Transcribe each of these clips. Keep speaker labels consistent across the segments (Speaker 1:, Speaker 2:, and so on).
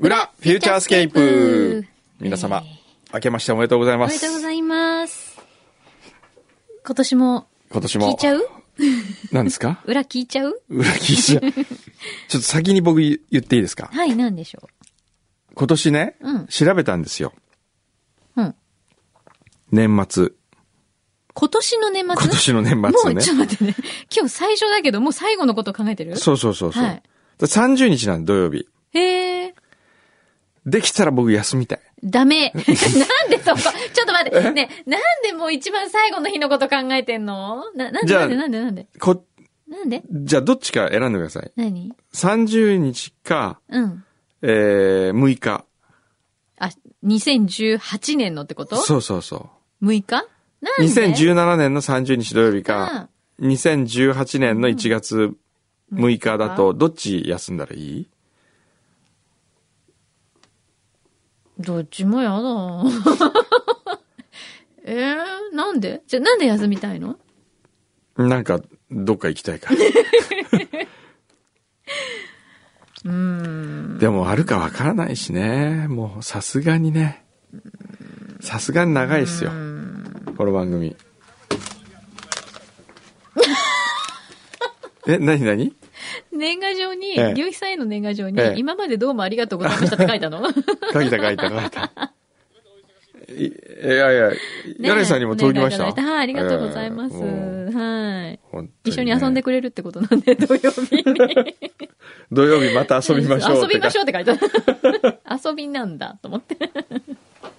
Speaker 1: フューチャースケープ皆様、明けましておめでとうござい
Speaker 2: お
Speaker 1: ま
Speaker 2: めですとうご。ざいます。今年も
Speaker 1: 今年も。
Speaker 2: 聞いちゃう
Speaker 1: 何ですか
Speaker 2: 裏聞いちゃう
Speaker 1: 裏聞い ちゃう。ちょっと先に僕言っていいですか
Speaker 2: はい、なんでしょ
Speaker 1: 今年ね、
Speaker 2: うん
Speaker 1: 調べたんですよ。
Speaker 2: う。うん。
Speaker 1: 年末。
Speaker 2: 今年の年末
Speaker 1: 今年の年末
Speaker 2: もう
Speaker 1: ね
Speaker 2: ち。ょっと待ってね。今日最初だけど、もう最後のこと考えてる
Speaker 1: そうそうそうそう。
Speaker 2: はい
Speaker 1: 30日なんで土曜日。
Speaker 2: へえ。
Speaker 1: できたら僕休みたい。
Speaker 2: ダメ。なんでそこちょっと待って。ね、なんでもう一番最後の日のこと考えてんのな、なんで
Speaker 1: じゃあ
Speaker 2: なんでなんでなんで
Speaker 1: こ、
Speaker 2: なんで
Speaker 1: じゃあどっちか選んでください。
Speaker 2: 何
Speaker 1: 30日か、
Speaker 2: うん。
Speaker 1: えー、6日。
Speaker 2: あ、2018年のってこと
Speaker 1: そうそうそう。
Speaker 2: ?6 日なんで
Speaker 1: 2017年の30日土曜日か、2018年の1月6日だと、どっち休んだらいい
Speaker 2: どっちもやだ。 えー、なんでじゃ、なんで休みたいの
Speaker 1: なんか、どっか行きたいから。
Speaker 2: うーん。
Speaker 1: でもあるかわからないしね。もうさすがにね。さすがに長いっすよ。この番組。 え、なになに
Speaker 2: 年賀状に、
Speaker 1: ええ
Speaker 2: 龍一さんへの年賀状に、
Speaker 1: ええ
Speaker 2: 今までどうもありがとうございましたって書い たの
Speaker 1: 書いた書いた書いた。いいやいや、柳井さんにも届きました。
Speaker 2: ねえいただいはい、ありがとうございます。
Speaker 1: えーもう
Speaker 2: はい。
Speaker 1: 本当
Speaker 2: 一緒に
Speaker 1: ね
Speaker 2: 遊んでくれるってことなんで、土曜日に。
Speaker 1: 土曜日また遊びましょうって
Speaker 2: 遊びましょうって書いてある。遊びなんだ、と思って。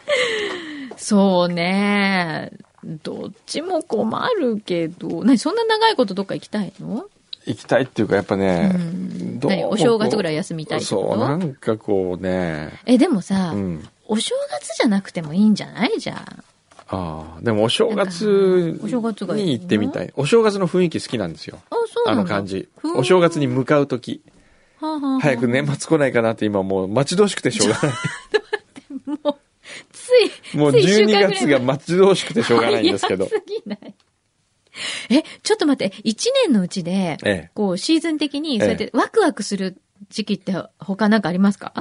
Speaker 2: そうね。どっちも困るけど、何そんな長いことどっか行きたいの
Speaker 1: 行きたいっていうかやっぱね、
Speaker 2: うん
Speaker 1: どうも
Speaker 2: 何お正月ぐらい休みたいってこ
Speaker 1: そう
Speaker 2: と
Speaker 1: なんかこうね
Speaker 2: え、でもさ、
Speaker 1: うん
Speaker 2: お正月じゃなくてもいいんじゃないじゃあ。
Speaker 1: ああでもお正月
Speaker 2: お正月がいいな
Speaker 1: に行ってみたいお正月の雰囲気好きなんですよ
Speaker 2: あ、そうな
Speaker 1: あ
Speaker 2: んだ
Speaker 1: の感じ
Speaker 2: ふーん
Speaker 1: お正月に向かう時
Speaker 2: はあはあはあ
Speaker 1: 早く年末来ないかなって今もう待ち遠しくてしょう がない
Speaker 2: もう、つい、
Speaker 1: もう
Speaker 2: つい一週
Speaker 1: 12
Speaker 2: 間ぐらい
Speaker 1: 月が待ち遠しくてしょうがないんですけ ど
Speaker 2: 早すぎない。え、ちょっと待って、一年のうちで、
Speaker 1: ええ
Speaker 2: こう、シーズン的に、そうやってワクワクする時期って他なんかありますか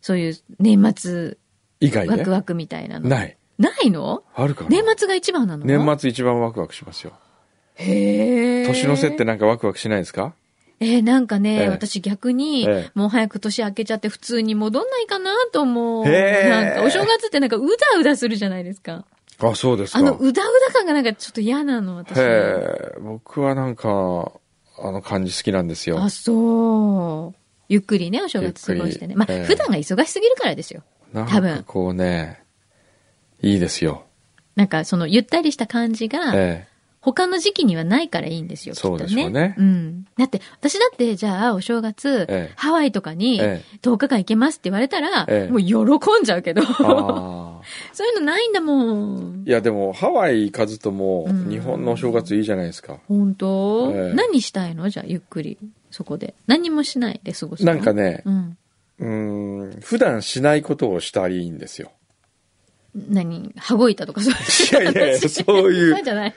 Speaker 2: そういう年末
Speaker 1: 以外
Speaker 2: ワク
Speaker 1: で
Speaker 2: ワクみたいなの。い。
Speaker 1: ない
Speaker 2: ないの
Speaker 1: あるかな
Speaker 2: 年末が一番なの
Speaker 1: 年末一番ワクワクしますよ
Speaker 2: 末。へえ。
Speaker 1: 年の瀬ってなんかワクワクしないですか
Speaker 2: えーなんかね、
Speaker 1: ええ
Speaker 2: 私逆に、
Speaker 1: ええ
Speaker 2: もう早く年明けちゃって普通に戻んないかなと思う。
Speaker 1: へえ
Speaker 2: なんか、お正月ってなんかうだうだするじゃないですか。
Speaker 1: あそうですか
Speaker 2: あの、うだうだ感がなんかちょっと嫌なの、私。
Speaker 1: へえ、僕はなんか、あの感じ好きなんですよ
Speaker 2: あ、。そう。ゆっくりね、お正月過ごしてね。
Speaker 1: ゆっ
Speaker 2: ま
Speaker 1: く
Speaker 2: あ、
Speaker 1: りええ
Speaker 2: 普段が忙しすぎるからですよ。
Speaker 1: なん
Speaker 2: 多
Speaker 1: か
Speaker 2: 分
Speaker 1: こうね、いいですよ。
Speaker 2: なんか、その、ゆったりした感じが、
Speaker 1: え
Speaker 2: 他の時期にはないからいいんですよ、きっとね。
Speaker 1: そうでしょうね
Speaker 2: うん。だって、私だって、じゃあ、お正月、
Speaker 1: ええ
Speaker 2: ハワイとかに、
Speaker 1: え
Speaker 2: 10日間行けますって言われたら、
Speaker 1: ええ
Speaker 2: もう喜んじゃうけど、
Speaker 1: え。
Speaker 2: そ
Speaker 1: ああ。
Speaker 2: ういうのないんだもん。
Speaker 1: いやでも、ハワイ行かずとも、
Speaker 2: うん
Speaker 1: 日本のお正月いいじゃないですか。
Speaker 2: 本当、
Speaker 1: ええ
Speaker 2: 何したいのじゃあ、ゆっくり、そこで。何もしないで過ごすの
Speaker 1: なんか、ね
Speaker 2: う、ん。
Speaker 1: うーん、普段しないことをしたりいいんですよ。
Speaker 2: 何羽子板とかそう
Speaker 1: いやいやいやそういう
Speaker 2: そうじゃない。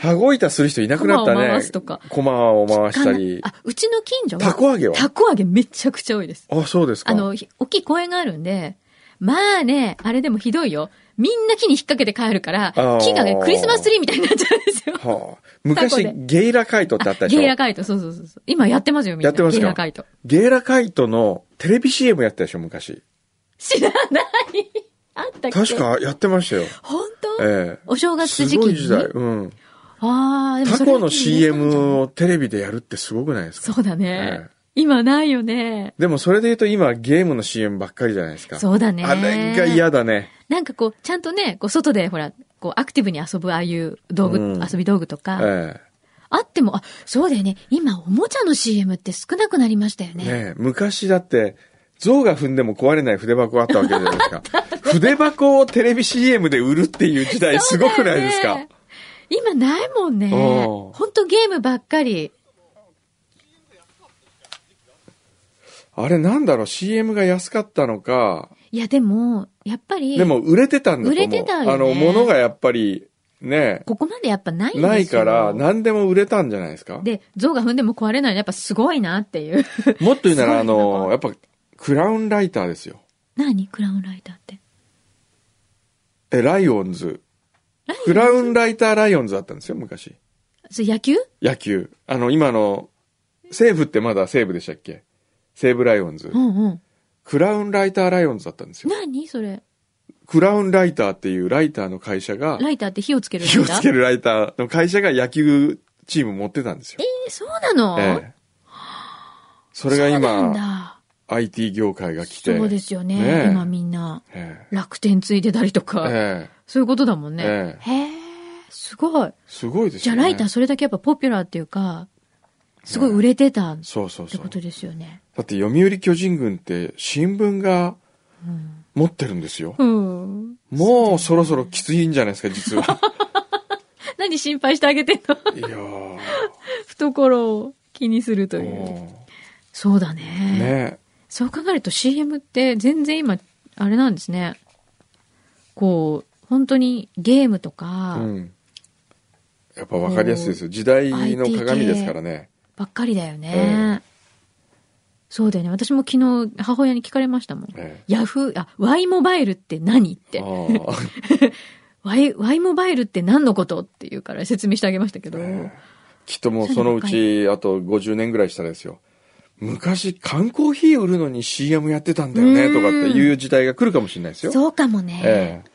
Speaker 1: 羽子板する人いなくなった
Speaker 2: コマを
Speaker 1: ね
Speaker 2: 回すとか。
Speaker 1: コマを回したり。
Speaker 2: あ、うちの近所は
Speaker 1: たこ揚げは
Speaker 2: たこ揚げめちゃくちゃ多いです。
Speaker 1: あ、そうですか。
Speaker 2: あの、ひ大きい公園があるんで、まあね、あれでもひどいよ。みんな木に引っ掛けて帰るから
Speaker 1: あー、
Speaker 2: 木がね、クリスマスツリーみたいになっちゃうんです よ。
Speaker 1: はあ、
Speaker 2: たこ
Speaker 1: 昔
Speaker 2: で、
Speaker 1: ゲイラカイトってあったでしょ
Speaker 2: ゲイラカイト、そうそうそうそう。今やってますよ、みんな。
Speaker 1: やってますか
Speaker 2: ゲイラカイト。
Speaker 1: ゲイラカイトのテレビ CM やったでしょ、昔。
Speaker 2: 知らない。 あったっけ
Speaker 1: 確。かやってましたよ。
Speaker 2: 本当
Speaker 1: ええ。
Speaker 2: お正月時
Speaker 1: す
Speaker 2: 期
Speaker 1: ごい
Speaker 2: に。
Speaker 1: 時代。うん。
Speaker 2: ああ、でも
Speaker 1: タ
Speaker 2: それ
Speaker 1: コ
Speaker 2: は
Speaker 1: の CM をテレビでやるってすごくないですか
Speaker 2: そうだ
Speaker 1: え
Speaker 2: ね
Speaker 1: え。
Speaker 2: 今ないよね。
Speaker 1: でもそれで言うと今ゲームの CM ばっかりじゃないですか。
Speaker 2: そうだね。
Speaker 1: あれが嫌だね。
Speaker 2: なんかこう、ちゃんとね、こう、外でほら、こう、アクティブに遊ぶああいう道具、
Speaker 1: うん
Speaker 2: 遊び道具とか、
Speaker 1: え
Speaker 2: あっても、あ、そうだよね。今、おもちゃの CM って少なくなりましたよ
Speaker 1: え。
Speaker 2: ね。
Speaker 1: ねえ昔だって、象が踏んでも壊れない筆箱あったわけじゃない ですか。筆箱をテレビ CM で売るっていう時代すごくないです
Speaker 2: そうだ
Speaker 1: か
Speaker 2: よね今ないもんね。
Speaker 1: お
Speaker 2: ほ
Speaker 1: うん
Speaker 2: とゲームばっかり。
Speaker 1: あれなんだろう、CM が安かったのか、
Speaker 2: いや、でも、やっぱり、
Speaker 1: でも売れてたんだと思う。
Speaker 2: 売れてたよね
Speaker 1: あの、物がやっぱり、ね
Speaker 2: ここまでやっぱないん
Speaker 1: え、
Speaker 2: ですよ
Speaker 1: ないから、何でも売れたんじゃないですか
Speaker 2: で、象が踏んでも壊れないのやっぱすごいなっていう。
Speaker 1: もっと言うなら、あ
Speaker 2: すごいな
Speaker 1: の、やっぱ、クラウンライターですよ。
Speaker 2: 何クラウンライターって。
Speaker 1: え、ライオンズ。
Speaker 2: ライオン
Speaker 1: クラウンライターライオンズだったんですよ、昔。
Speaker 2: それ野球
Speaker 1: 野球。あの、今の、西武ってまだ西武でしたっけ西武ライオンズ
Speaker 2: う。んうん。
Speaker 1: クラウンライターライオンズだったんですよ。
Speaker 2: 何それ。
Speaker 1: クラウンライターっていうライターの会社が、
Speaker 2: ライターって火をつけるんだ。
Speaker 1: 火をつけるライターの会社が野球チーム持ってたんですよ。
Speaker 2: えーそうなの、
Speaker 1: ええ。それが
Speaker 2: そうなん
Speaker 1: 今、
Speaker 2: だ。
Speaker 1: IT 業界が来て。
Speaker 2: そうですよね。
Speaker 1: ねえ
Speaker 2: 今みんな
Speaker 1: え
Speaker 2: 楽天ついてたりと
Speaker 1: え
Speaker 2: か、
Speaker 1: ええ
Speaker 2: そういうことだもんね。
Speaker 1: え
Speaker 2: へえ、すごい。
Speaker 1: すごいです
Speaker 2: じゃ
Speaker 1: よね。
Speaker 2: あライターそれだけやっぱポピュラーっていうか、すごい売れてたっ
Speaker 1: そうそう
Speaker 2: て
Speaker 1: そう。
Speaker 2: ことですよね。
Speaker 1: だって読売巨人軍って新聞が持ってるんですよ。
Speaker 2: うん。
Speaker 1: もうそろそろきついんじゃないですか、実 は。
Speaker 2: 何心配してあげてんの
Speaker 1: いやー
Speaker 2: 懐を気にするという。
Speaker 1: も
Speaker 2: そうだ
Speaker 1: う
Speaker 2: ね。
Speaker 1: ね
Speaker 2: そう考えると CM って全然今、あれなんですね。こう、本当にゲームと
Speaker 1: う
Speaker 2: か
Speaker 1: ん。やっぱ分かりやすいですよ。時代の鏡ですからね。
Speaker 2: ばっかりだよね。
Speaker 1: え
Speaker 2: そうだよね。私も昨日母親に聞かれましたもん。
Speaker 1: え
Speaker 2: ヤフー、あ、Y モバイルって何っ
Speaker 1: え
Speaker 2: て。
Speaker 1: ああ
Speaker 2: Y、Y モバイルって何のことって言うから説明してあげましたけど。
Speaker 1: ええきっともうそのうち、あと50年ぐらいしたらですよ。昔、缶コーヒー売るのに CM やってたんだよね、とかっていう時代が来るかもしれないですよ。
Speaker 2: そうかもね、
Speaker 1: ええ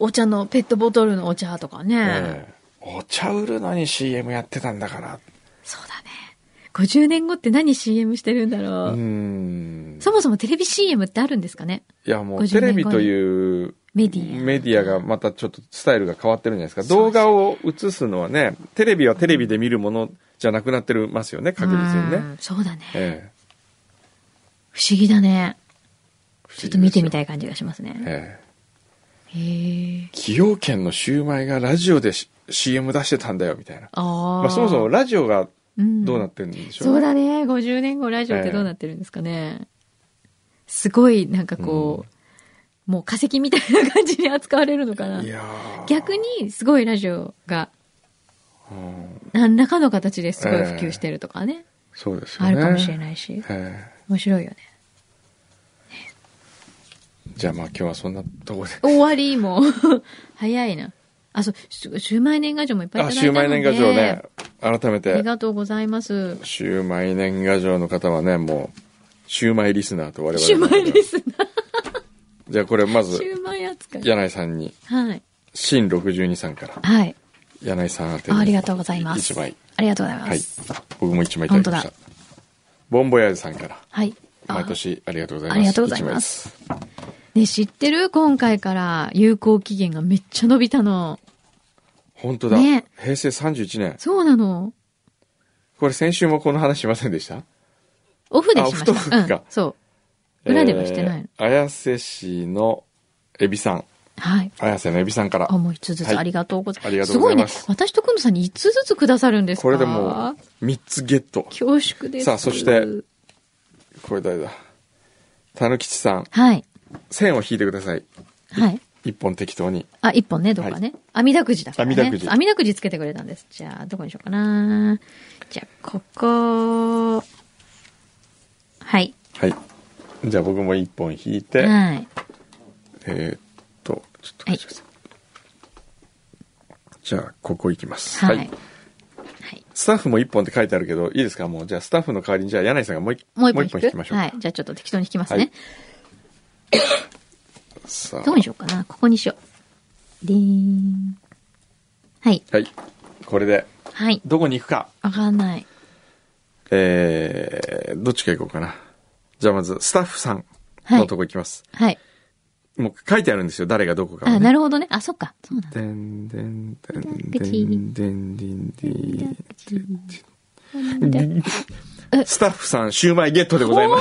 Speaker 2: お茶の、ペットボトルのお茶とかね。
Speaker 1: ええお茶売るのに CM やってたんだから。
Speaker 2: そうだね。50年後って何 CM してるんだ
Speaker 1: う
Speaker 2: ろう。
Speaker 1: ん。
Speaker 2: そもそもテレビ CM ってあるんですかね
Speaker 1: いやも
Speaker 2: 50
Speaker 1: うテレビという
Speaker 2: メディア。
Speaker 1: メディアがまたちょっとスタイルが変わってるんじゃないですか。動画を映すのはね、テレビはテレビで見るものじゃなくなってますよね、確実に
Speaker 2: う
Speaker 1: ね。
Speaker 2: んそうだね、
Speaker 1: ええ
Speaker 2: 不思議だね。ちょっと見てみた
Speaker 1: い。
Speaker 2: い感じがしますね。
Speaker 1: ええ
Speaker 2: へえ。
Speaker 1: 崎陽軒のシューマイがラジオでし CM 出してたんだよ、みたいな。
Speaker 2: あー、
Speaker 1: まあそもそもラジオが
Speaker 2: うん
Speaker 1: どうなってるんでしょ
Speaker 2: そう
Speaker 1: ね。
Speaker 2: うだね。50年後ラジオってどうなってるんですかね。すごい、なんかこう、もう化石みたいな感じに扱われるのかな。
Speaker 1: いやー
Speaker 2: 逆に、すごいラジオが、
Speaker 1: うん
Speaker 2: 何らかの形ですごい普及してるとかね。
Speaker 1: そうですよね。
Speaker 2: あるかもしれ
Speaker 1: い。
Speaker 2: ないし。面白いよね。
Speaker 1: じゃあまあ今日はそんなところで。
Speaker 2: 終わりも う、早いな。あ、そう、シシューマイ年賀状もいっぱいいた
Speaker 1: あ、
Speaker 2: だい
Speaker 1: シュ
Speaker 2: た
Speaker 1: ー
Speaker 2: ので。
Speaker 1: マイ年賀状ね。改め
Speaker 2: あ
Speaker 1: て
Speaker 2: り。がとうございます。
Speaker 1: シューマイ年賀状の方はね、もう、シューマイリスナーと我々。
Speaker 2: シューマイリスナー。
Speaker 1: じゃあこれまず
Speaker 2: シ、ューマイ扱い。
Speaker 1: 柳井さんに、
Speaker 2: はい。
Speaker 1: 新62さんから、
Speaker 2: はい。
Speaker 1: 柳井さん宛てに
Speaker 2: あありがとうございます。
Speaker 1: 一枚。
Speaker 2: ありがとうございます。
Speaker 1: はい。僕も一枚いただきまし
Speaker 2: 本当
Speaker 1: た。ボンボヤーズさんから、
Speaker 2: はい。あ
Speaker 1: 毎年ありがとうございます。
Speaker 2: ありがとうござい
Speaker 1: 一枚
Speaker 2: ま
Speaker 1: です
Speaker 2: す。ね、知ってる今回から有効期限がめっちゃ伸びたの。
Speaker 1: 本当だ。
Speaker 2: ね
Speaker 1: 平成31年。
Speaker 2: そうなの。
Speaker 1: これ先週もこの話しませんでした
Speaker 2: オフでしました。
Speaker 1: あオフトークか
Speaker 2: うん、そう。裏ではしてないの。
Speaker 1: えー綾瀬市のエビさん。
Speaker 2: はい。
Speaker 1: 綾瀬のエビさんから
Speaker 2: あ、。もう5つず
Speaker 1: はい
Speaker 2: つありがとうございます。
Speaker 1: ありがとうございます
Speaker 2: ごいね。私とくんのさんに5つずつくださるんですか
Speaker 1: これでもう、3つゲット。
Speaker 2: 恐縮です。
Speaker 1: さあそしてこれ誰だたぬきちさん。
Speaker 2: はい。
Speaker 1: 線を引いてください。
Speaker 2: はい。
Speaker 1: 一本適当に。
Speaker 2: あ、一本ね、どっかね。網だくじだから、ね。
Speaker 1: 網だくじ
Speaker 2: 網だくじつけてくれたんです。じゃあ、どこにしようかな。じゃあ、ここ。はい。
Speaker 1: はい。じゃあ僕も一本引いて、
Speaker 2: はい。
Speaker 1: えーっと、ちょっと
Speaker 2: はい
Speaker 1: 待ってください。じゃあ、ここ行きます。
Speaker 2: はい。はい。
Speaker 1: スタッフも一本って書いてあるけど、いいですかもう、じゃあスタッフの代わりに、じゃあ柳井さんがもう一
Speaker 2: もう一本引く
Speaker 1: 引きましょう。
Speaker 2: はい。じゃあちょっと適当に引きます
Speaker 1: は
Speaker 2: ね
Speaker 1: い。さ
Speaker 2: どこにしようかな。ここにしよう。でーん。はい。
Speaker 1: あ、はい。これで、
Speaker 2: はい。
Speaker 1: どこに行くか。
Speaker 2: わかんない。
Speaker 1: えー、どっちから行こうかな。じゃあまず、スタッフさん
Speaker 2: はい
Speaker 1: のとこ行きます。
Speaker 2: はい。
Speaker 1: もう書いてあるんですよ、誰がどこか、
Speaker 2: あ、
Speaker 1: ね。
Speaker 2: なるほどね。あ、そっか。そうなんだ。
Speaker 1: でんでんでんで
Speaker 2: で
Speaker 1: ん
Speaker 2: ん
Speaker 1: でんでんでん
Speaker 2: でん
Speaker 1: スタッフさん、シューマイゲットでございます。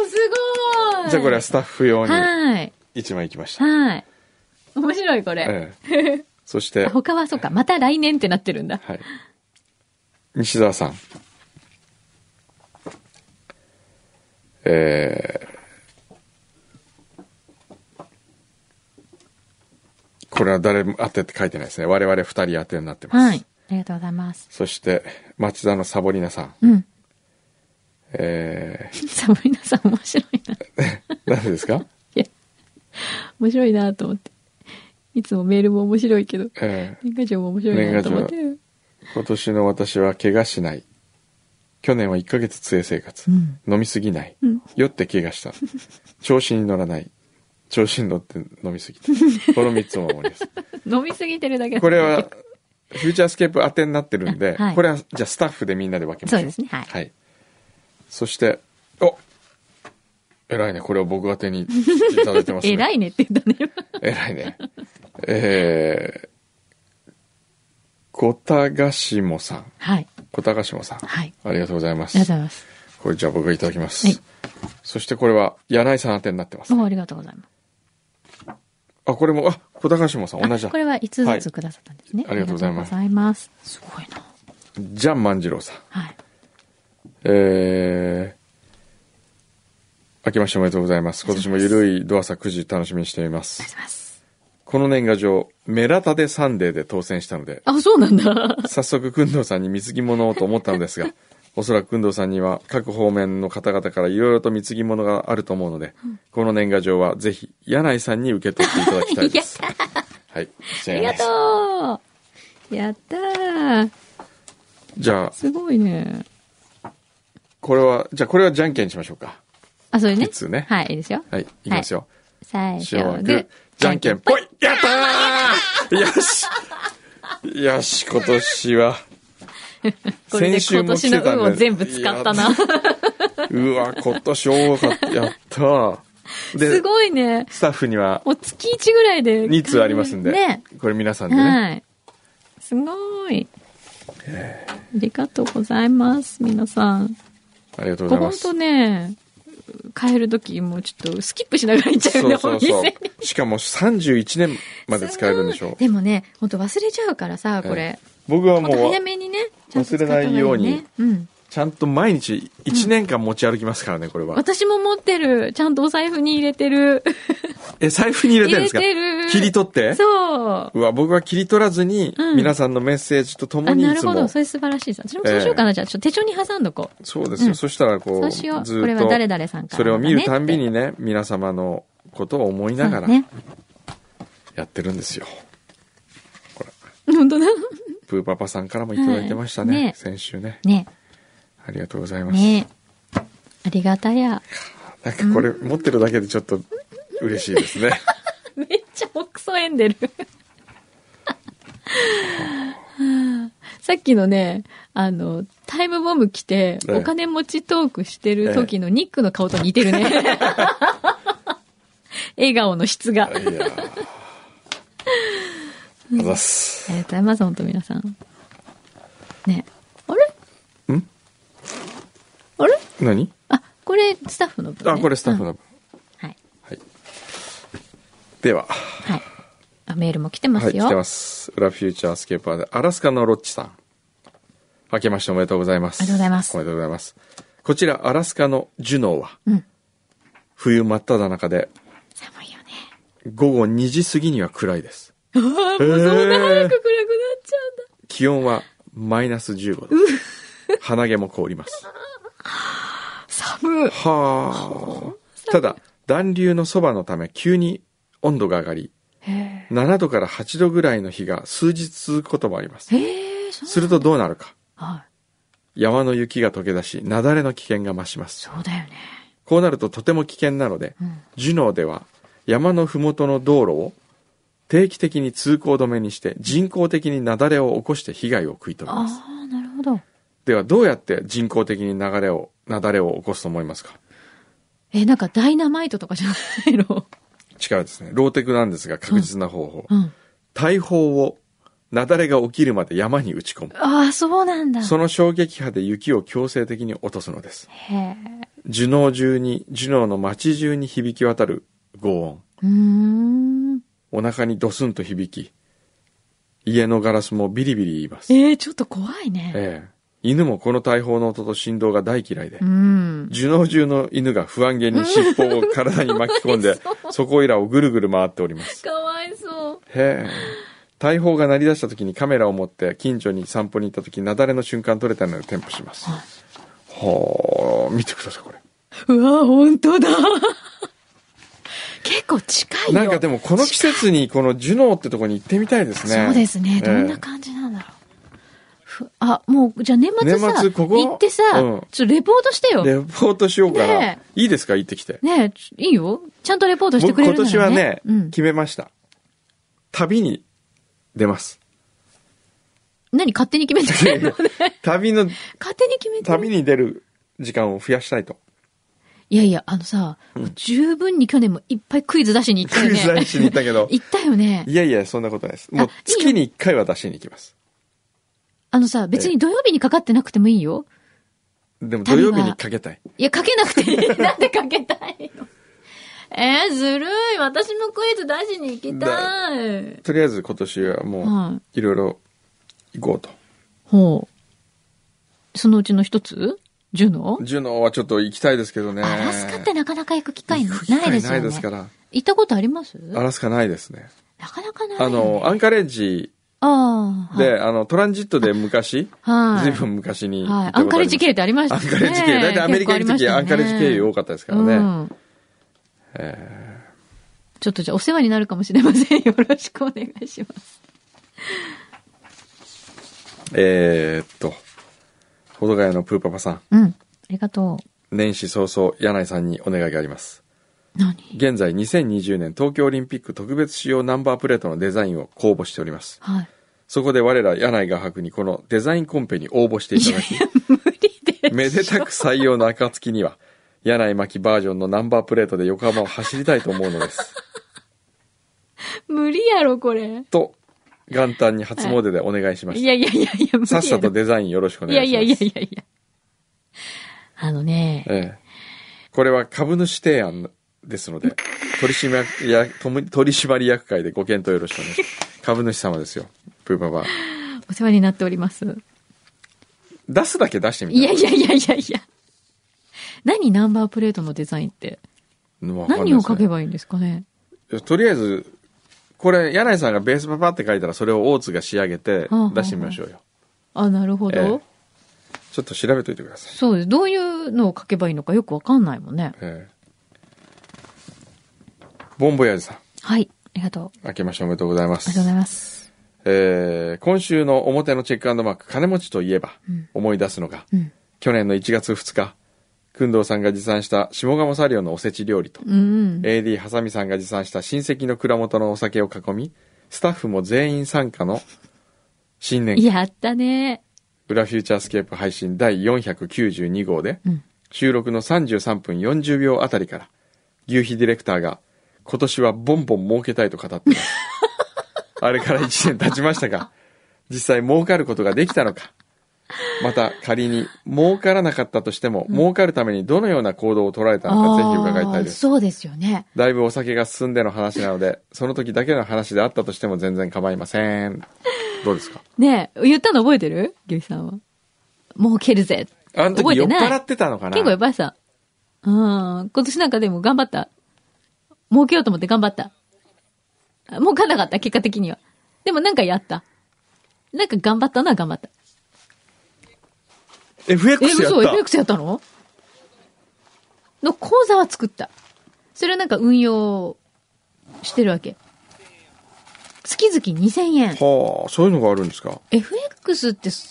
Speaker 2: おーすごい
Speaker 1: じゃあこれはスタッフ用に
Speaker 2: はい。
Speaker 1: 1枚いきました。
Speaker 2: はい。面白い、これ。
Speaker 1: ええそして
Speaker 2: あ、他はそうか。また来年ってなってるんだ。
Speaker 1: はい。西澤さん。えーこれは誰も当てって書いてないですね。我々二人当てになってます。
Speaker 2: はい。ありがとうございます。
Speaker 1: そして、町田のサボリナさん。
Speaker 2: うん。
Speaker 1: えー
Speaker 2: サボリナさん面白いな。
Speaker 1: なんでですか
Speaker 2: 面白いなと思って。いつもメールも面白いけど、
Speaker 1: ええ
Speaker 2: 年賀状も面白いなと思って。
Speaker 1: 今年の私は怪我しない。去年は1ヶ月杖生活。
Speaker 2: うん
Speaker 1: 飲みすぎない。
Speaker 2: うん
Speaker 1: 酔って怪我した。調子に乗らない。調子に乗って飲みすぎた。 この3つも守ります。
Speaker 2: 飲みすぎてるだけ
Speaker 1: これは、フューチャースケープ当てになってるんで、
Speaker 2: はい
Speaker 1: これは、じゃあスタッフでみんなで分けましょう。
Speaker 2: そうですねはい
Speaker 1: そして、お偉いね。これを僕宛てにいただいて ますね。
Speaker 2: えらいねって言ったね。
Speaker 1: 偉いね。えー、小田ヶ下さん。
Speaker 2: はい。
Speaker 1: 小田ヶ下さん。
Speaker 2: はい
Speaker 1: ありがとうございま
Speaker 2: ありが
Speaker 1: す。
Speaker 2: とうございます。
Speaker 1: これじゃあ僕がいただきます。
Speaker 2: はい
Speaker 1: そしてこれは、柳井さん宛てになってます。
Speaker 2: おありがとうございます。
Speaker 1: あ、これも、あ、小田ヶ下さん同じ
Speaker 2: あ
Speaker 1: だ
Speaker 2: こ。れは5つずつくださったんですね。
Speaker 1: はいありがとうございます
Speaker 2: ありがとうございます。すごいな。
Speaker 1: ジャン万次郎さん。
Speaker 2: はい。
Speaker 1: えー、明けましておめでとうございます。今年もゆるいドアサ9時楽しみにしていま
Speaker 2: ありがとうご
Speaker 1: す。
Speaker 2: ざいます。
Speaker 1: この年賀状、メラタデサンデーで当選したので、
Speaker 2: あ、そうなんだ。
Speaker 1: 早速、工藤さんに貢ぎ物をと思ったの ですが、おそらく工藤さんには各方面の方々からいろいろと貢ぎ物があると思うので、この年賀状はぜひ、柳井さんに受け取っていただきたい です。はい。じ
Speaker 2: あ
Speaker 1: ゃ
Speaker 2: りがとうやったー
Speaker 1: じゃあ、
Speaker 2: すごいね。
Speaker 1: これは、じゃあこれはじゃんけんしましょうか。
Speaker 2: あ、それね
Speaker 1: い。つね
Speaker 2: はい、いいですよ。
Speaker 1: はい、いきますよ。
Speaker 2: 最初
Speaker 1: 塩は
Speaker 2: は
Speaker 1: グ
Speaker 2: グ
Speaker 1: ー
Speaker 2: ー、
Speaker 1: じゃんけんぽいやったーよしよし、今年は。
Speaker 2: これで今年の運を全部使ったな。
Speaker 1: うわ、今年多かった。やったー
Speaker 2: す
Speaker 1: で、
Speaker 2: ごいね。
Speaker 1: スタッフには
Speaker 2: もう月1ぐらいで。
Speaker 1: 2通ありますんで、
Speaker 2: ね。
Speaker 1: これ皆さんでね。
Speaker 2: はい。すごい。ありがとうございます、皆さん。
Speaker 1: ありがとうござい
Speaker 2: ほ
Speaker 1: ま
Speaker 2: ん
Speaker 1: す。
Speaker 2: とね、帰る時もちょっとスキップしながら行っちゃう
Speaker 1: そ
Speaker 2: ね、
Speaker 1: うそう
Speaker 2: お
Speaker 1: そ
Speaker 2: 店に
Speaker 1: う。しかも31年まで使えるんでし
Speaker 2: す
Speaker 1: ょ
Speaker 2: ごいでもね、ほんと忘れちゃうからさ、これ
Speaker 1: え。え僕は
Speaker 2: ほんと
Speaker 1: もう
Speaker 2: 早、めにね、ちゃんと使った方がいい
Speaker 1: 忘れない
Speaker 2: ね
Speaker 1: ように。
Speaker 2: うん。
Speaker 1: ちゃんと毎日1年間持ち歩きますからね、これは。
Speaker 2: 私も持ってる。ちゃんとお財布に入れてる。
Speaker 1: え、財布に入れてるんですか
Speaker 2: 入れてる
Speaker 1: 切り取って
Speaker 2: そう。
Speaker 1: うわ、僕は切り取らずに、
Speaker 2: うん
Speaker 1: 皆さんのメッセージととも
Speaker 2: あ、
Speaker 1: にい
Speaker 2: なる
Speaker 1: つ
Speaker 2: ほ
Speaker 1: も。
Speaker 2: ど。それ素晴らしいさ。それもそうしようかな。じゃあ、ちょっと手帳に挟んどこう。
Speaker 1: そうですよ、
Speaker 2: うん
Speaker 1: そしたらこう、
Speaker 2: そうしよう。
Speaker 1: ず
Speaker 2: これは誰
Speaker 1: っと、
Speaker 2: 々さんから、
Speaker 1: それを見るたんびにね、皆様のことを思いながら
Speaker 2: そうね。
Speaker 1: やってるんですよ。
Speaker 2: 本当だ。
Speaker 1: プーパパさんからもいただいてましたね、
Speaker 2: はいね
Speaker 1: 先週ね。
Speaker 2: ね。
Speaker 1: ありがとうございます。
Speaker 2: ね。ありがたや。
Speaker 1: なんかこれ、持ってるだけでちょっと嬉しいですね。
Speaker 2: めっちゃ奥そえ んでる。さっきのね、あの、タイムボム来て、
Speaker 1: ええ
Speaker 2: お金持ちトークしてる時のニックの顔と似てるね。 笑顔の質が。あ
Speaker 1: いやーあざっす。
Speaker 2: りがとうございます、本当皆さん。ね。あれ
Speaker 1: ん
Speaker 2: あれ
Speaker 1: 何
Speaker 2: あ、これスタッフの分、ね。
Speaker 1: あ、これスタッフ
Speaker 2: うん
Speaker 1: の分。
Speaker 2: はい。
Speaker 1: はい。では。
Speaker 2: はい。あ、メールも来てます
Speaker 1: は
Speaker 2: よ。
Speaker 1: い、来てます。裏フューチャースケーパーで、アラスカのロッチさん。明けましておめでとうございます。
Speaker 2: ありがとうございます
Speaker 1: おめでとうございます。こちら、アラスカのジュノーは、
Speaker 2: うん
Speaker 1: 冬真っ只中で、
Speaker 2: 寒いよね。
Speaker 1: 午後2時過ぎには暗いです。
Speaker 2: ああ、もうそんな早く暗くなっちゃうんだ。
Speaker 1: 気温はマイナス15度。鼻毛も凍ります。
Speaker 2: 寒い。
Speaker 1: はあ。ただ、暖流のそばのため、急に温度が上がり、
Speaker 2: へ
Speaker 1: 7度から8度ぐらいの日が数日続くこともあります。
Speaker 2: え。へえ、そう。
Speaker 1: するとどうなるか。
Speaker 2: はい。
Speaker 1: 山の雪が溶け出し、雪崩の危険が増します。
Speaker 2: そうだよね。
Speaker 1: こうなるととても危険なので、
Speaker 2: うん。
Speaker 1: ジュノーでは山のふもとの道路を定期的に通行止めにして人工的に雪崩を起こして被害を食い止めます。
Speaker 2: ああ、なるほど。
Speaker 1: ではどうやって人工的に流れを、雪崩を起こすと思いますか
Speaker 2: え、なんかダイナマイトとかじゃないの
Speaker 1: 力ですね。ローテクなんですが確実な方法。
Speaker 2: うん。
Speaker 1: 大砲を雪崩が起きるまで山に打ち込む。
Speaker 2: ああ、そうなんだ。
Speaker 1: その衝撃波で雪を強制的に落とすのです。
Speaker 2: へえ。
Speaker 1: ジュノー中に、ジュノーの街中に響き渡る轟音。
Speaker 2: うーん。
Speaker 1: お腹にドスンと響き、家のガラスもビリビリ言います。え
Speaker 2: えー、ちょっと怖いね。
Speaker 1: え犬もこの大砲の音と振動が大嫌いで
Speaker 2: う、ん。
Speaker 1: 受脳中の犬が不安げに尻尾を体に巻き込ん で、そこいらをぐるぐる回っております。
Speaker 2: かわいそう。
Speaker 1: へえ。大砲が鳴り出した時にカメラを持って近所に散歩に行った時、雪崩の瞬間撮れたので添付します。
Speaker 2: はい
Speaker 1: ほー、見てください、これ。
Speaker 2: うわ、本当だ。構近いよ。
Speaker 1: なんかでもこの季節にこのジュノーってとこに行ってみたいですね。
Speaker 2: そうですね。どん
Speaker 1: え
Speaker 2: な
Speaker 1: え
Speaker 2: 感じなんだろう。ふあ、もう、じゃあ年末さ、
Speaker 1: 年末ここ
Speaker 2: 行ってさ、
Speaker 1: うん
Speaker 2: ちょっとレポートしてよ。
Speaker 1: レポートしようかな。
Speaker 2: ね
Speaker 1: いいですか行ってきて。
Speaker 2: ねえ、ちいいよ。ちゃんとレポートしてく
Speaker 1: 僕
Speaker 2: れる
Speaker 1: 今
Speaker 2: んだ
Speaker 1: 年はね、
Speaker 2: うん。
Speaker 1: 決めました。旅に出 ます。
Speaker 2: 何勝手に決めてるの勝
Speaker 1: 旅の、
Speaker 2: 手に決めてる
Speaker 1: 旅に出る時間を増やしたいと。
Speaker 2: いやいや、あのさ、もう十分に去年もいっぱいクイズ出しに行った
Speaker 1: ク
Speaker 2: よ
Speaker 1: イズ出
Speaker 2: ね。
Speaker 1: しに行ったけど。
Speaker 2: 行ったよね。
Speaker 1: いやいや、そんなことないです。もう
Speaker 2: あいいよ
Speaker 1: 月に1回は出しに行きます。
Speaker 2: あのさ、別に土曜日にかかってなくてもいいよ。
Speaker 1: でも土
Speaker 2: 旅は
Speaker 1: 曜日にかけたい。
Speaker 2: いや、かけなくて いい。なんでかけたいのえー、ずるい。私もクイズ出しに行きたい。
Speaker 1: とりあえず今年はも
Speaker 2: は
Speaker 1: う、いろいろ行こうと。
Speaker 2: い。ほう。そのうちの一つジュノ
Speaker 1: ジュノーはちょっと行きたいですけどね。
Speaker 2: アラスカってなかなか行く機会
Speaker 1: 行
Speaker 2: な
Speaker 1: く機
Speaker 2: い
Speaker 1: 会
Speaker 2: ですよ
Speaker 1: な
Speaker 2: ね。
Speaker 1: いですから。
Speaker 2: 行ったことあります
Speaker 1: ア
Speaker 2: な
Speaker 1: ラスカないですね。
Speaker 2: かなかない、ね。
Speaker 1: あの、アンカレッジ
Speaker 2: ああ。
Speaker 1: で、あの、トランジットで昔、
Speaker 2: はい、
Speaker 1: 随分昔に行
Speaker 2: はい
Speaker 1: っ。た
Speaker 2: アン
Speaker 1: こと
Speaker 2: カ
Speaker 1: あ
Speaker 2: レ
Speaker 1: ります
Speaker 2: ッジ経由ってありました
Speaker 1: アン
Speaker 2: ね。
Speaker 1: カレッジ経由。大体アメリカ行く時、アンカレッジ経由多かったですから
Speaker 2: う
Speaker 1: ね。
Speaker 2: んちょっとじゃあお世話になるかもしれません。よろしくお願いします。
Speaker 1: えーっと、ほどがやのプーパパさん、
Speaker 2: うん。ありがと
Speaker 1: 年始早々、柳井さんにお願いがあります。
Speaker 2: う。何
Speaker 1: 現在2020年東京オリンピック特別仕様ナンバープレートのデザインを公募しております。
Speaker 2: はい。
Speaker 1: そこで我ら柳井画伯にこのデザインコンペに応募していただき、
Speaker 2: 無理で。
Speaker 1: めでたく採用の暁には、柳井真紀バージョンのナンバープレートで横浜を走りたいと思うのです。
Speaker 2: 無理やろ、これ。
Speaker 1: と、元旦に初詣でお願いしまし
Speaker 2: い
Speaker 1: た。
Speaker 2: やいやいやいや、無理やろ。
Speaker 1: さっさとデザインよろしくお願
Speaker 2: い
Speaker 1: いし
Speaker 2: や
Speaker 1: ます。
Speaker 2: いやいやいやいや。あのね、
Speaker 1: ええ。これは株主提案ですので、取締役やとも取締役会でご検討よろしくお願いします。株主様ですよ。プーパパ。
Speaker 2: お世話になっております。
Speaker 1: 出すだけ出してみた
Speaker 2: いやいやいやいやいや。何ナンバープレートのデザインって。何を書け
Speaker 1: ば
Speaker 2: ばいいんですかね。
Speaker 1: とりあえず、これ、柳井さんがベースパパって書いたら、それを大津が仕上げて
Speaker 2: あはあはあ
Speaker 1: 出してみましょうよ。
Speaker 2: あ、なるほど。
Speaker 1: ええちょっと調べといてください。
Speaker 2: そうです。どういうのを書けばいいのかよくわかんないもんね。
Speaker 1: ええボンボヤージュさん、
Speaker 2: はい。ありがとう。
Speaker 1: 明けましておめでとうございま
Speaker 2: ありが
Speaker 1: す
Speaker 2: とうご。ざいます。
Speaker 1: えー今週の表のチェックアンドマーク、金持ちといえば、思い出すのが、
Speaker 2: うん。
Speaker 1: 去年の1月2日、工藤さんが持参した下鴨サリオのおせち料理と、
Speaker 2: うん。
Speaker 1: AD ハサミさんが持参した親戚の蔵元のお酒を囲み、スタッフも全員参加の新年会、
Speaker 2: やったね。
Speaker 1: 裏フューチャースケープ配信第492号で、
Speaker 2: うん。
Speaker 1: 収録の33分40秒あたりから、牛皮ディレクターが、今年はボンボン儲けたいと語ってい ます。あれから1年経ちましたが、実際儲かることができたのか。また仮に儲からなかったとしても、儲かるためにどのような行動を取られたのかぜひ伺いたいで
Speaker 2: あー
Speaker 1: す。
Speaker 2: そうですよね。
Speaker 1: だいぶお酒が進んでの話なので、その時だけの話であったとしても全然構いません。どうですか
Speaker 2: ねえ言ったの覚えてる牛肥さんは。もう蹴るぜ。
Speaker 1: あの
Speaker 2: 覚え
Speaker 1: 時酔
Speaker 2: て
Speaker 1: っ
Speaker 2: ない
Speaker 1: 払ってたのかな
Speaker 2: 結構やばいさ。うん。今年なんかでも頑張った。儲けようと思って頑張った。あ儲かんなかった、結果的には。でもなんかやった。なんか頑張ったな、頑張った。え、
Speaker 1: FX や
Speaker 2: 嘘
Speaker 1: った
Speaker 2: ?FX やったのの講座は作った。それはなんか運用してるわけ。月々2000円。
Speaker 1: はあ、そういうのがあるんですか
Speaker 2: FX ってそ、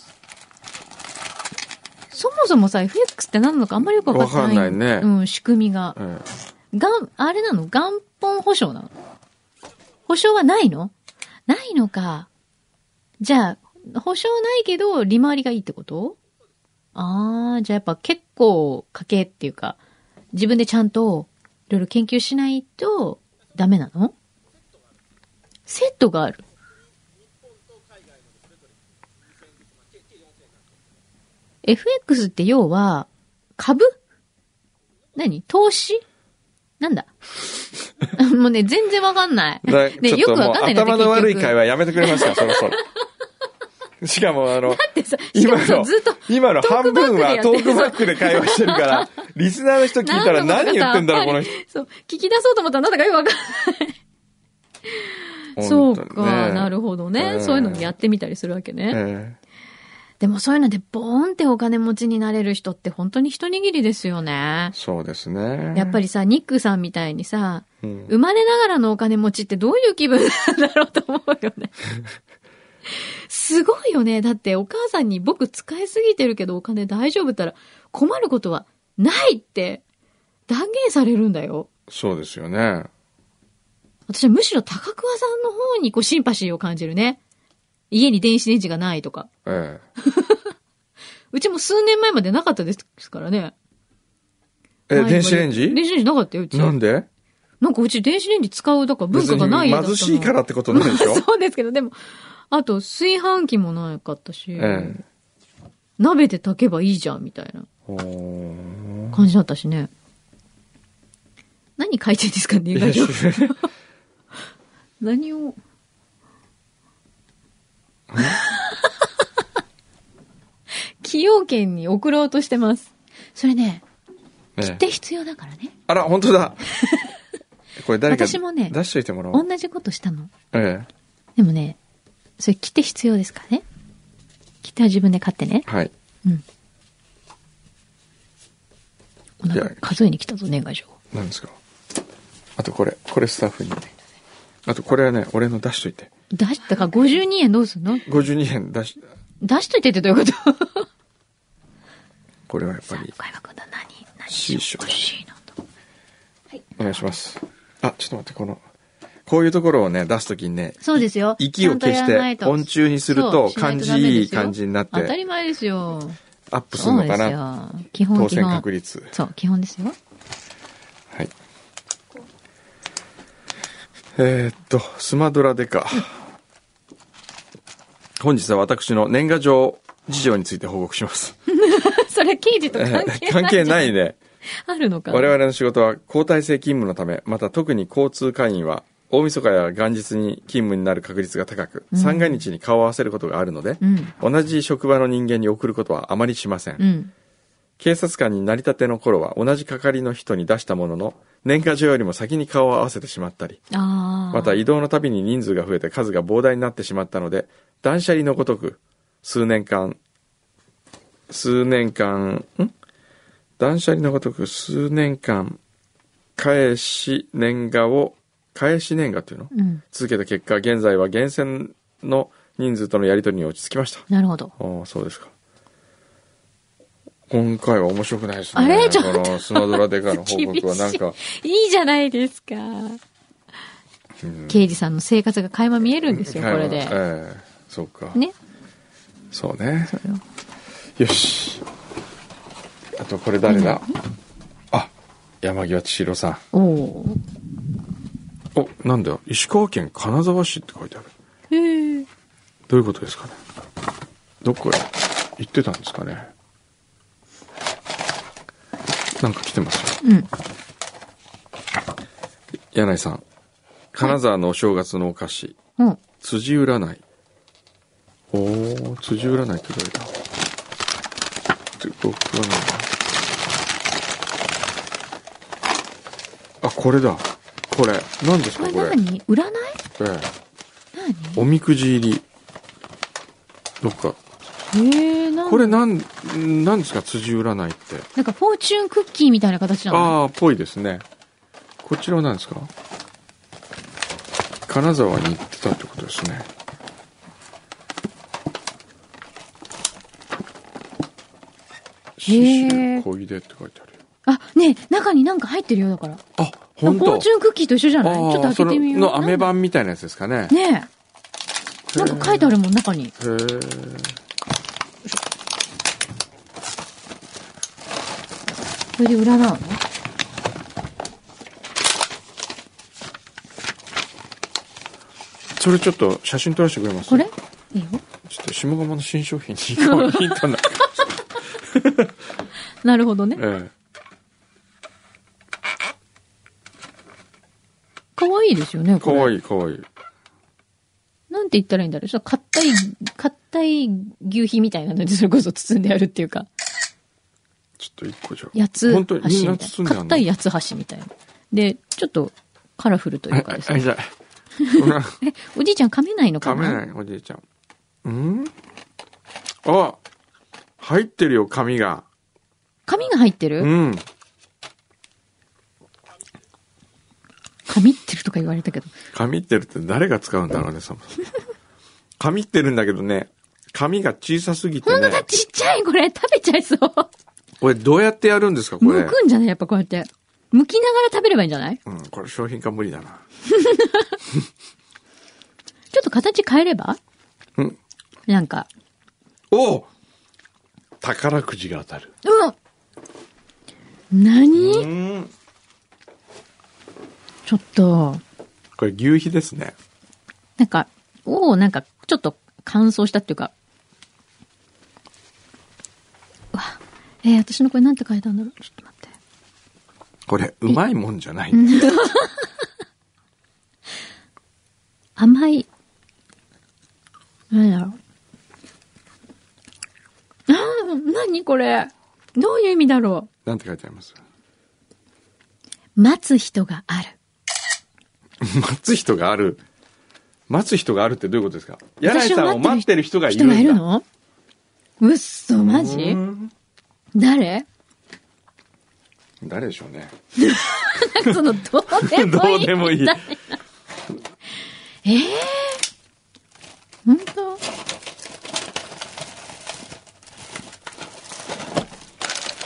Speaker 2: そもそもさ、FX って何なのかあんまりよくわかってな
Speaker 1: わ
Speaker 2: い。
Speaker 1: かんないね
Speaker 2: うん、仕組みが
Speaker 1: え。え
Speaker 2: がん、あれなの元本保証なの保証はないのないのか。じゃあ、保証ないけど、利回りがいいってことああ、じゃあやっぱ結構家計っていうか、自分でちゃんといろいろ研究しないとダメなのセットがある。FX って要は、株何投資な んだもうね、全然わかんない。
Speaker 1: だ
Speaker 2: ね、よくわかんないんだって
Speaker 1: 頭の悪い会
Speaker 2: 結
Speaker 1: 話やめてくれますか、そろそろ。しかも、あの、
Speaker 2: 局でさしか
Speaker 1: 今
Speaker 2: もさ
Speaker 1: の
Speaker 2: ずっと、、
Speaker 1: 今の半分は
Speaker 2: ト
Speaker 1: ト
Speaker 2: ー
Speaker 1: ー
Speaker 2: ク
Speaker 1: ク
Speaker 2: バ
Speaker 1: バックで会話してるから、リスナーの人聞いたら何言ってんだろう、この人。
Speaker 2: そう、聞き出そうと思ったらなんだかよくわかんない。そうか、な
Speaker 1: ほ
Speaker 2: るほど
Speaker 1: え
Speaker 2: ね、
Speaker 1: え
Speaker 2: そういうのやってみたりするわけね。
Speaker 1: え
Speaker 2: でもそういうのでボーンってお金持ちになれる人って本当に一握りですよね。
Speaker 1: そうですね。
Speaker 2: やっぱりさ、ニックさんみたいにさ、
Speaker 1: うん、
Speaker 2: 生まれながらのお金持ちってどういう気分なんだろうと思うよね。すごいよね。だってお母さんに僕使いすぎてるけどお金大丈夫ったら困ることはないって断言されるんだよ。
Speaker 1: そうですよね。
Speaker 2: 私はむしろ高桑さんの方にこうシンパシーを感じるね。家に電子レンジがないとか。
Speaker 1: え
Speaker 2: うちも数年前までなかったですからね。
Speaker 1: え。え、
Speaker 2: 前
Speaker 1: 電子レンジ
Speaker 2: 電子レンジなかったよ、うち。
Speaker 1: なんで
Speaker 2: なんかうち電子レンジ使う、だから文
Speaker 1: 別
Speaker 2: 化がない
Speaker 1: に
Speaker 2: 家だったの
Speaker 1: 貧しいからってことないでしょ、
Speaker 2: そうですけど、でも、あと、炊飯器もなかったし、
Speaker 1: ええ。
Speaker 2: 鍋で炊けばいいじゃん、みたいな
Speaker 1: ほー
Speaker 2: 感じだったしね。何書いてんです かね、
Speaker 1: いや
Speaker 2: 大丈夫
Speaker 1: し
Speaker 2: 何を。崎陽軒に送ろうとしてます。それね、
Speaker 1: ええ
Speaker 2: で必要だからね。
Speaker 1: あら、本当 だ。これ誰か
Speaker 2: 私もね
Speaker 1: 出しといてもらお
Speaker 2: 同
Speaker 1: う。
Speaker 2: じことしたの。
Speaker 1: ええ。
Speaker 2: でもね、それ着て必要ですからね。着ては自分で買ってね。
Speaker 1: はい。
Speaker 2: うん。お
Speaker 1: い
Speaker 2: な
Speaker 1: や
Speaker 2: んか数えに来たぞ、年賀状。
Speaker 1: なんですかあとこれ。これスタッフにね。あとこれはね、俺の出しといて。
Speaker 2: 出したから52円どうすんの
Speaker 1: 52円出し、
Speaker 2: 出しといてってどういうこと
Speaker 1: これはやっぱ
Speaker 2: さあ、
Speaker 1: り、
Speaker 2: 向山君だ、何何
Speaker 1: C 賞
Speaker 2: 欲しいなと。
Speaker 1: お願いします。あ、ちょっと待って、この、こういうところをね、出すときにね、
Speaker 2: そうですよ。
Speaker 1: 息を消して
Speaker 2: ちゃんとやらないと
Speaker 1: 音中にすると
Speaker 2: そうしない
Speaker 1: 感
Speaker 2: と
Speaker 1: じ
Speaker 2: ダメですよ
Speaker 1: いい感じになって
Speaker 2: 当たり前ですよ。
Speaker 1: アップする
Speaker 2: そう
Speaker 1: の
Speaker 2: で
Speaker 1: か
Speaker 2: す
Speaker 1: な。
Speaker 2: よ。基本
Speaker 1: 当
Speaker 2: 基
Speaker 1: 選
Speaker 2: 本
Speaker 1: 確。率。
Speaker 2: そう、基本ですよ。
Speaker 1: はい。えーっと、スマドラでか。本日は私の年賀状事情について報告します。
Speaker 2: それ刑事と関係ないじゃん。
Speaker 1: 関係ないね。
Speaker 2: あるのか。
Speaker 1: 我々の仕事は交代制勤務のため、また特に交通会員は、大晦日や元日に勤務になる確率が高く、三が日に顔を合わせることがあるので、
Speaker 2: うん。
Speaker 1: 同じ職場の人間に送ることはあまりしません。
Speaker 2: うん。
Speaker 1: 警察官になりたての頃は同じ係の人に出したものの、年賀状よりも先に顔を合わせてしまったり、
Speaker 2: ああ。
Speaker 1: また移動のたびに人数が増えて数が膨大になってしまったので、断捨離のごとく、数年間、数年間、ん断捨離のごとく数年間、返し年賀を、返し年賀っていうの
Speaker 2: うん。
Speaker 1: 続けた結果、現在は厳選の人数とのやり取りに落ち着きました。
Speaker 2: なるほど。
Speaker 1: ああ、そうですか。今回は面白くないですね。
Speaker 2: あれちょっと
Speaker 1: このスマドラデカの報
Speaker 2: 厳し
Speaker 1: 告はなんか、
Speaker 2: い。いいじゃないですか。
Speaker 1: うん
Speaker 2: 刑事さんの生活が垣間見えるんですよ、これ
Speaker 1: え
Speaker 2: で。
Speaker 1: えそうか。
Speaker 2: ね。
Speaker 1: そうね。
Speaker 2: れを
Speaker 1: よし。あとこれ誰だあ、山際千尋さん。
Speaker 2: おお
Speaker 1: お、なんだよ。石川県金沢市って書いてある。
Speaker 2: ー。へえ。
Speaker 1: どういうことですかね。どこへ行ってたんですかね。なんか来てますよ。
Speaker 2: うん。
Speaker 1: 柳井さん金沢のお正月のお菓子、
Speaker 2: うん。
Speaker 1: 辻占いおお辻占いってどれだで僕はなんだあこれだこれ何です
Speaker 2: こ
Speaker 1: か
Speaker 2: れ
Speaker 1: これ
Speaker 2: 何占い
Speaker 1: ええ、
Speaker 2: 何
Speaker 1: おみくじ入りどっか
Speaker 2: へえ、なん
Speaker 1: これなんなんですか辻占いって
Speaker 2: なんかフォーチュンクッキーみたいな形なの
Speaker 1: ああーぽいですねこちらは何ですか金沢に行ってたってことですねシ
Speaker 2: へ
Speaker 1: シ
Speaker 2: ー
Speaker 1: 小出って書いてあるよ
Speaker 2: あ、ねえ中になんか入ってるよ、だから。
Speaker 1: あ
Speaker 2: フ
Speaker 1: 本
Speaker 2: ォ
Speaker 1: 当
Speaker 2: ーチュンクッキーと一緒じゃ
Speaker 1: あ
Speaker 2: ないちょっと
Speaker 1: ー
Speaker 2: 開
Speaker 1: そ
Speaker 2: け
Speaker 1: の
Speaker 2: てみよう。
Speaker 1: の飴版みたいなやつですかね
Speaker 2: なんだねえ。なんか書いてあるもん、中に。
Speaker 1: へー
Speaker 2: それで占うの
Speaker 1: それちょっと写真撮らせてくれます
Speaker 2: これいいよ。
Speaker 1: ちょっと下鴨の新商品に行こうヒントに なる
Speaker 2: なるほどね。
Speaker 1: え
Speaker 2: かわいいですよね、
Speaker 1: えか
Speaker 2: これ。
Speaker 1: わいいかわいい
Speaker 2: なんて言ったらいいんだろう。ちょっと硬い、硬い牛皮みたいなので、それこそ包んであるっていうか、
Speaker 1: ちょっと一個じゃ
Speaker 2: 八つ
Speaker 1: 本当
Speaker 2: 橋
Speaker 1: にみんな
Speaker 2: みたい
Speaker 1: 包ん
Speaker 2: な。
Speaker 1: であんの
Speaker 2: 硬い八つ橋みたいな。で、ちょっとカラフルというかです
Speaker 1: あ
Speaker 2: ね。
Speaker 1: 痛いこんな
Speaker 2: え、おじいちゃん噛めないのか
Speaker 1: 噛
Speaker 2: な
Speaker 1: めないおじいちゃんうんあ入ってるよ、紙が。
Speaker 2: 紙が入って
Speaker 1: う
Speaker 2: る
Speaker 1: ん。
Speaker 2: 紙ってるとか言われたけど。
Speaker 1: 紙ってるって誰が使うんだろうね、そもそも。紙ってるんだけどね、紙が小さすぎて
Speaker 2: ほん
Speaker 1: ね
Speaker 2: と、だ、ちっちゃいこれ食べちゃいそう。
Speaker 1: これどうやってやるんですか、これ
Speaker 2: 剥。くんじゃないやっぱこうやって。剥きながら食べればいいんじゃない
Speaker 1: うん、これ商品化無理だな。
Speaker 2: ちょっと形変えれば
Speaker 1: うん。
Speaker 2: なんか。
Speaker 1: おう宝くじが当たる。
Speaker 2: うん
Speaker 1: う
Speaker 2: 何
Speaker 1: ーん。
Speaker 2: ちょっと、
Speaker 1: これ牛皮ですね。
Speaker 2: なんか、をなんか、ちょっと乾燥したっていうか。うわ、えー、私のこれなんて書いたんだろうちょっと待って。
Speaker 1: これ、うまいもんじゃない。
Speaker 2: 甘い。なんだろう。あー、何これ。どういう意味だろ
Speaker 1: なんて書いてあります
Speaker 2: う。待つ人がある。
Speaker 1: 待つ人がある。待つ人があるってどういうことですか柳
Speaker 2: 私
Speaker 1: 井さんを待ってる人がいるん
Speaker 2: 人
Speaker 1: だ。
Speaker 2: がいるのうっそ、マ
Speaker 1: う
Speaker 2: ジ
Speaker 1: ーん
Speaker 2: 誰
Speaker 1: 誰でしょうね。
Speaker 2: その、どうで
Speaker 1: ど
Speaker 2: もいい。
Speaker 1: うでもいい。
Speaker 2: ええ本当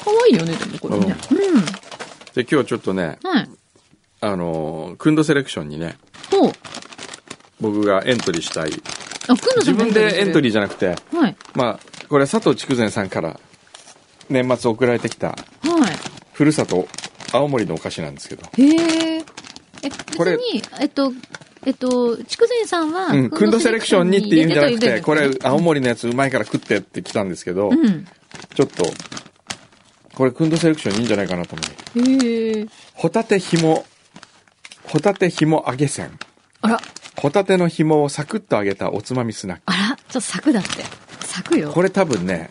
Speaker 2: 可愛いよね、でもこれね。う
Speaker 1: で、今日ちょっとね、
Speaker 2: ん。はい。
Speaker 1: あのー、クンドセレクションにね、
Speaker 2: ほう。
Speaker 1: 僕がエントリーしたい。
Speaker 2: あ、くんの
Speaker 1: 自分でエント
Speaker 2: リ
Speaker 1: リーじゃなくて、
Speaker 2: ー。はい。
Speaker 1: まあ、これは佐藤筑前さんから年末送られてきた、
Speaker 2: はい。
Speaker 1: ふるさと、青森のお菓子なんですけど。
Speaker 2: へえ。え、別
Speaker 1: これ
Speaker 2: に、えっと、えっと、筑前さんは、
Speaker 1: うん、クンドセレクションにっていうんじゃなくて、これ、
Speaker 2: あ
Speaker 1: 青森のやつうまいから食ってって来たんですけど、
Speaker 2: うん。
Speaker 1: ちょっと、これ、クンドセレクションにいいんじゃないかなと思う。
Speaker 2: へえ。
Speaker 1: ホタテ紐、ホタテ紐揚げせん。
Speaker 2: あら、
Speaker 1: ホタテの紐をサクッと揚げたおつまみスナック。
Speaker 2: あら、ちょっと柵だって。柵よ。
Speaker 1: これ多分ね、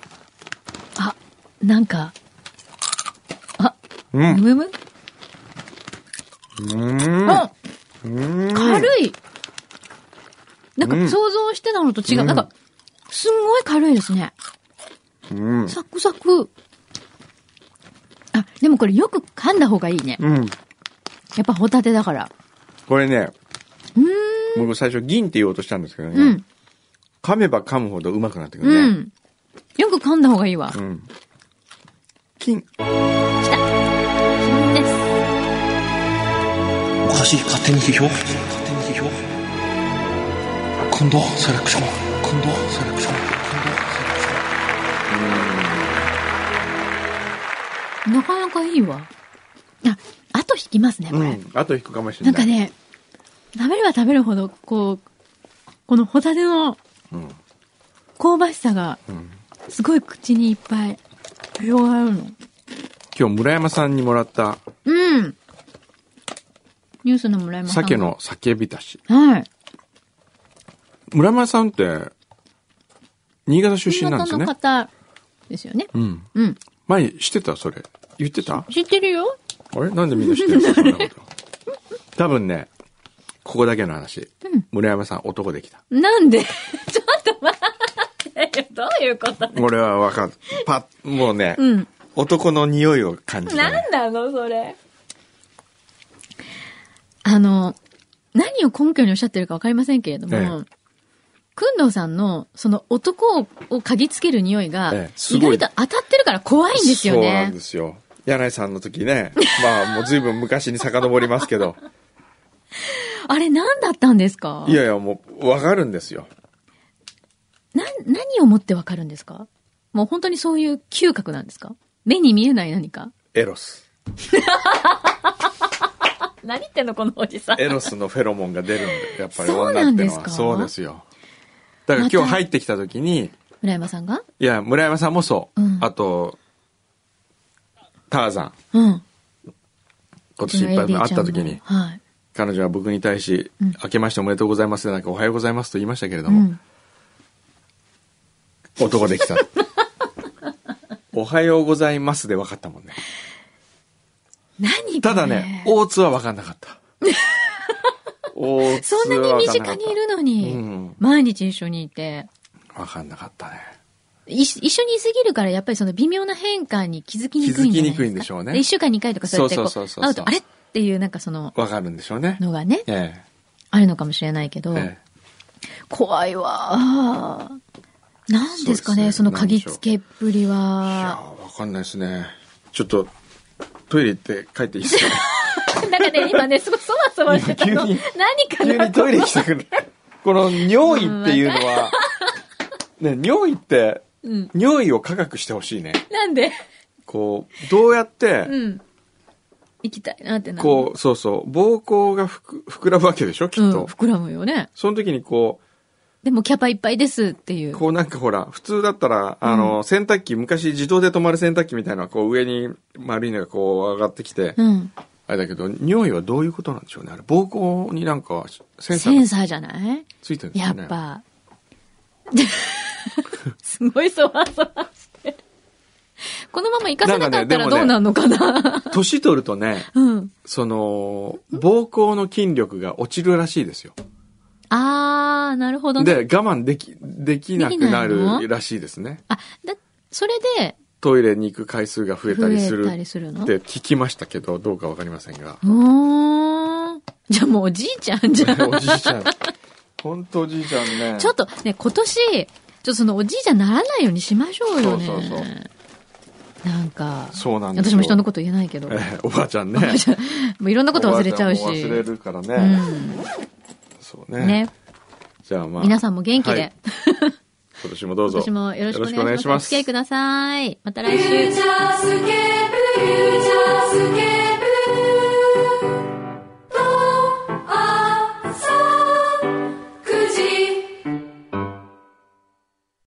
Speaker 2: あ、なんか、あ、
Speaker 1: う
Speaker 2: む
Speaker 1: ん。
Speaker 2: むむ
Speaker 1: うん。
Speaker 2: あ、
Speaker 1: うん
Speaker 2: 軽い。なん
Speaker 1: う
Speaker 2: か
Speaker 1: ん
Speaker 2: 想像してたのと違う。
Speaker 1: うん
Speaker 2: なんか、すんごい軽いですね。
Speaker 1: うん。
Speaker 2: サクサク。あ、でもこれよく噛んだ方がいいね。
Speaker 1: うん。
Speaker 2: やっぱホタテだから。
Speaker 1: これね、
Speaker 2: うーん。
Speaker 1: 僕最初銀って言おうとしたんですけどね、
Speaker 2: うん。
Speaker 1: 噛めば噛むほどうまくなってくる
Speaker 2: う
Speaker 1: ね。
Speaker 2: ん。よく噛んだ方がいいわ。
Speaker 1: うん。金。
Speaker 2: 来た。君です。
Speaker 3: おかしい勝手に批評勝手に批評今度セレクション今度セレクション今度セレクション
Speaker 2: なかなかいいわ。あ、あと引きますね、こ
Speaker 1: う
Speaker 2: れ。
Speaker 1: ん。あと引くかもし
Speaker 2: な
Speaker 1: れ
Speaker 2: ん
Speaker 1: な
Speaker 2: か
Speaker 1: い。
Speaker 2: ね、食べれば食べるほど、こう、このホタテの
Speaker 1: うん。
Speaker 2: 香ばしさが、
Speaker 1: ん
Speaker 2: すごい口にいっぱい広がるの。
Speaker 1: 今日村山さんにもらった
Speaker 2: うん。ニュースの村山さん。
Speaker 1: 鮭。の酒浸し。
Speaker 2: はい。
Speaker 1: 村山さんって、新潟出身
Speaker 2: 新
Speaker 1: なん
Speaker 2: 潟
Speaker 1: ですよね。
Speaker 2: の方ですよね。
Speaker 1: うん。
Speaker 2: うん。
Speaker 1: 前知ってたそれ。言ってた
Speaker 2: 知ってるよ
Speaker 1: あれなんでみんな知ってるのそんなこと。 多分ね、ここだけの話。村山さん男できた。
Speaker 2: なんで ちょっと待ってよ。どういうこと
Speaker 1: 俺はわかる。パッ、もうね、
Speaker 2: うん。
Speaker 1: 男の匂いを感じる、ね。
Speaker 2: なんなのそれ。あの、何を根拠におっしゃってるかわかりませんけれども、
Speaker 1: ええ
Speaker 2: くんどうさんの、その男を嗅ぎつける匂いが
Speaker 1: ええ、す
Speaker 2: 意
Speaker 1: ごい
Speaker 2: 外と当たってるから怖いんですよ
Speaker 1: そうなん
Speaker 2: ね
Speaker 1: で。すよ。柳井さんの時ね、まあもう随分昔に遡りますけど、
Speaker 2: あれ何だったんですか
Speaker 1: いやいやもうわかるんですよ。
Speaker 2: な、何をもってわかるんですかもう本当にそういう嗅覚なんですか目に見えない何か
Speaker 1: エロス。
Speaker 2: 何言ってんのこのおじさん。
Speaker 1: エロスのフェロモンが出るんで、やっぱり
Speaker 2: そう
Speaker 1: 女
Speaker 2: な
Speaker 1: っ
Speaker 2: ん
Speaker 1: て
Speaker 2: で
Speaker 1: の
Speaker 2: す
Speaker 1: は。
Speaker 2: か
Speaker 1: そうですよ。だから今日入ってきた時に、
Speaker 2: 村山さんが
Speaker 1: いや、村山さんもそう。
Speaker 2: うん
Speaker 1: あと、ターザン。
Speaker 2: うん。
Speaker 1: 今年いっぱい会った時に、
Speaker 2: はい。
Speaker 1: 彼女は僕に対し、
Speaker 2: うん
Speaker 1: 明けましておめでとうございますでなんかおはようございますと言いましたけれど
Speaker 2: う
Speaker 1: も、
Speaker 2: ん。
Speaker 1: 男でき た。おはようございますで分かったもんね。
Speaker 2: 何これ
Speaker 1: ただね、大津は分かんなか った。大津
Speaker 2: そんなに
Speaker 1: は分
Speaker 2: 身
Speaker 1: かんなかった
Speaker 2: 近にいるのに、
Speaker 1: うん
Speaker 2: 毎日一緒にいて、
Speaker 1: 分かんなかったね。
Speaker 2: い一緒にいすぎるから、やっぱりその微妙な変化に気づきにくいんじゃないです
Speaker 1: 気
Speaker 2: か。
Speaker 1: づきにくいんでしょうね
Speaker 2: 一週間に一回とかそうやってこう、
Speaker 1: そうそうそうそう
Speaker 2: 会うと、あれっていう、なんかその、
Speaker 1: わかるんでしょうね。
Speaker 2: のがね、
Speaker 1: え
Speaker 2: あるのかもしれないけ
Speaker 1: え
Speaker 2: ど、
Speaker 1: え
Speaker 2: 怖いわー。なんですかね、そ
Speaker 1: そうですね
Speaker 2: の鍵つけっぷり
Speaker 1: え。いや
Speaker 2: は。
Speaker 1: ーわかんないですね。ちょっと、トイレ行って帰っていいですか
Speaker 2: なんかね、今ね、すごいそわそわしてたの。
Speaker 1: 急
Speaker 2: 何
Speaker 1: に
Speaker 2: か
Speaker 1: 急
Speaker 2: な
Speaker 1: にトイレ行きたくなる。この尿意っていうの は、ね、尿意って、
Speaker 2: うん。
Speaker 1: 尿意を科学してほしいね。
Speaker 2: なんで
Speaker 1: こう、どうやって、
Speaker 2: うん。行きたいなってなる
Speaker 1: こう、そうそう、膀胱がふく膨らむわけでしょ、き
Speaker 2: う
Speaker 1: っ
Speaker 2: ん、
Speaker 1: と。
Speaker 2: 膨らむよね。
Speaker 1: その時にこ、
Speaker 2: でもキャパいっぱいですっていうう。
Speaker 1: こうなんかほら、普通だったら、あの、洗濯機、昔自動で止まる洗濯機みたいなのは、こう上に丸いのがこう上がってきて、
Speaker 2: うん。
Speaker 1: あれだけど、尿意はどういうことなんでしょうね。あれ、膀胱になんかセンサ
Speaker 2: セ
Speaker 1: ー
Speaker 2: ン
Speaker 1: が
Speaker 2: サーじゃない
Speaker 1: ついてるんです
Speaker 2: や
Speaker 1: よ
Speaker 2: っ
Speaker 1: ね。
Speaker 2: ぱ。 すごいそわそわして。このまま行かさなかっ
Speaker 1: なんかねで
Speaker 2: たら
Speaker 1: もね
Speaker 2: どうなんのかな
Speaker 1: 年取るとね、
Speaker 2: うん。
Speaker 1: その、膀胱の筋力が落ちるらしいですよ。
Speaker 2: あー、なるほど
Speaker 1: で、
Speaker 2: ね。
Speaker 1: 我慢でき、できなくな
Speaker 2: できないの
Speaker 1: るらしいですね。
Speaker 2: あ、だ、それで
Speaker 1: トイレに行く回数が増えた
Speaker 2: 増
Speaker 1: りする
Speaker 2: え
Speaker 1: った
Speaker 2: りするの
Speaker 1: て聞きましたけど、どうかわかりません が。
Speaker 2: うーん。じゃあもうおじいちゃん じゃん。
Speaker 1: おじいちゃん。ほんとおじいちゃんね。
Speaker 2: ちょっとね、今年、ちょっとそのおじいちゃんならないようにしましょうよね。
Speaker 1: そうそうそう
Speaker 2: なんか、
Speaker 1: そうなんですよ
Speaker 2: 私も人のこと言えないけど、
Speaker 1: ええおばあちゃんね。
Speaker 2: もういろんなこと忘れちゃうし。
Speaker 1: おばあちゃんも忘れるからね。そう
Speaker 2: う
Speaker 1: ね。
Speaker 2: ん。ね、
Speaker 1: じゃあまあ。
Speaker 2: 皆さんも元気で、
Speaker 1: はい今年もどうぞ。
Speaker 2: 今年もよろしくお願いします。お付き合いください。また来週。
Speaker 4: 「フューチャースケープフューチャースケープル」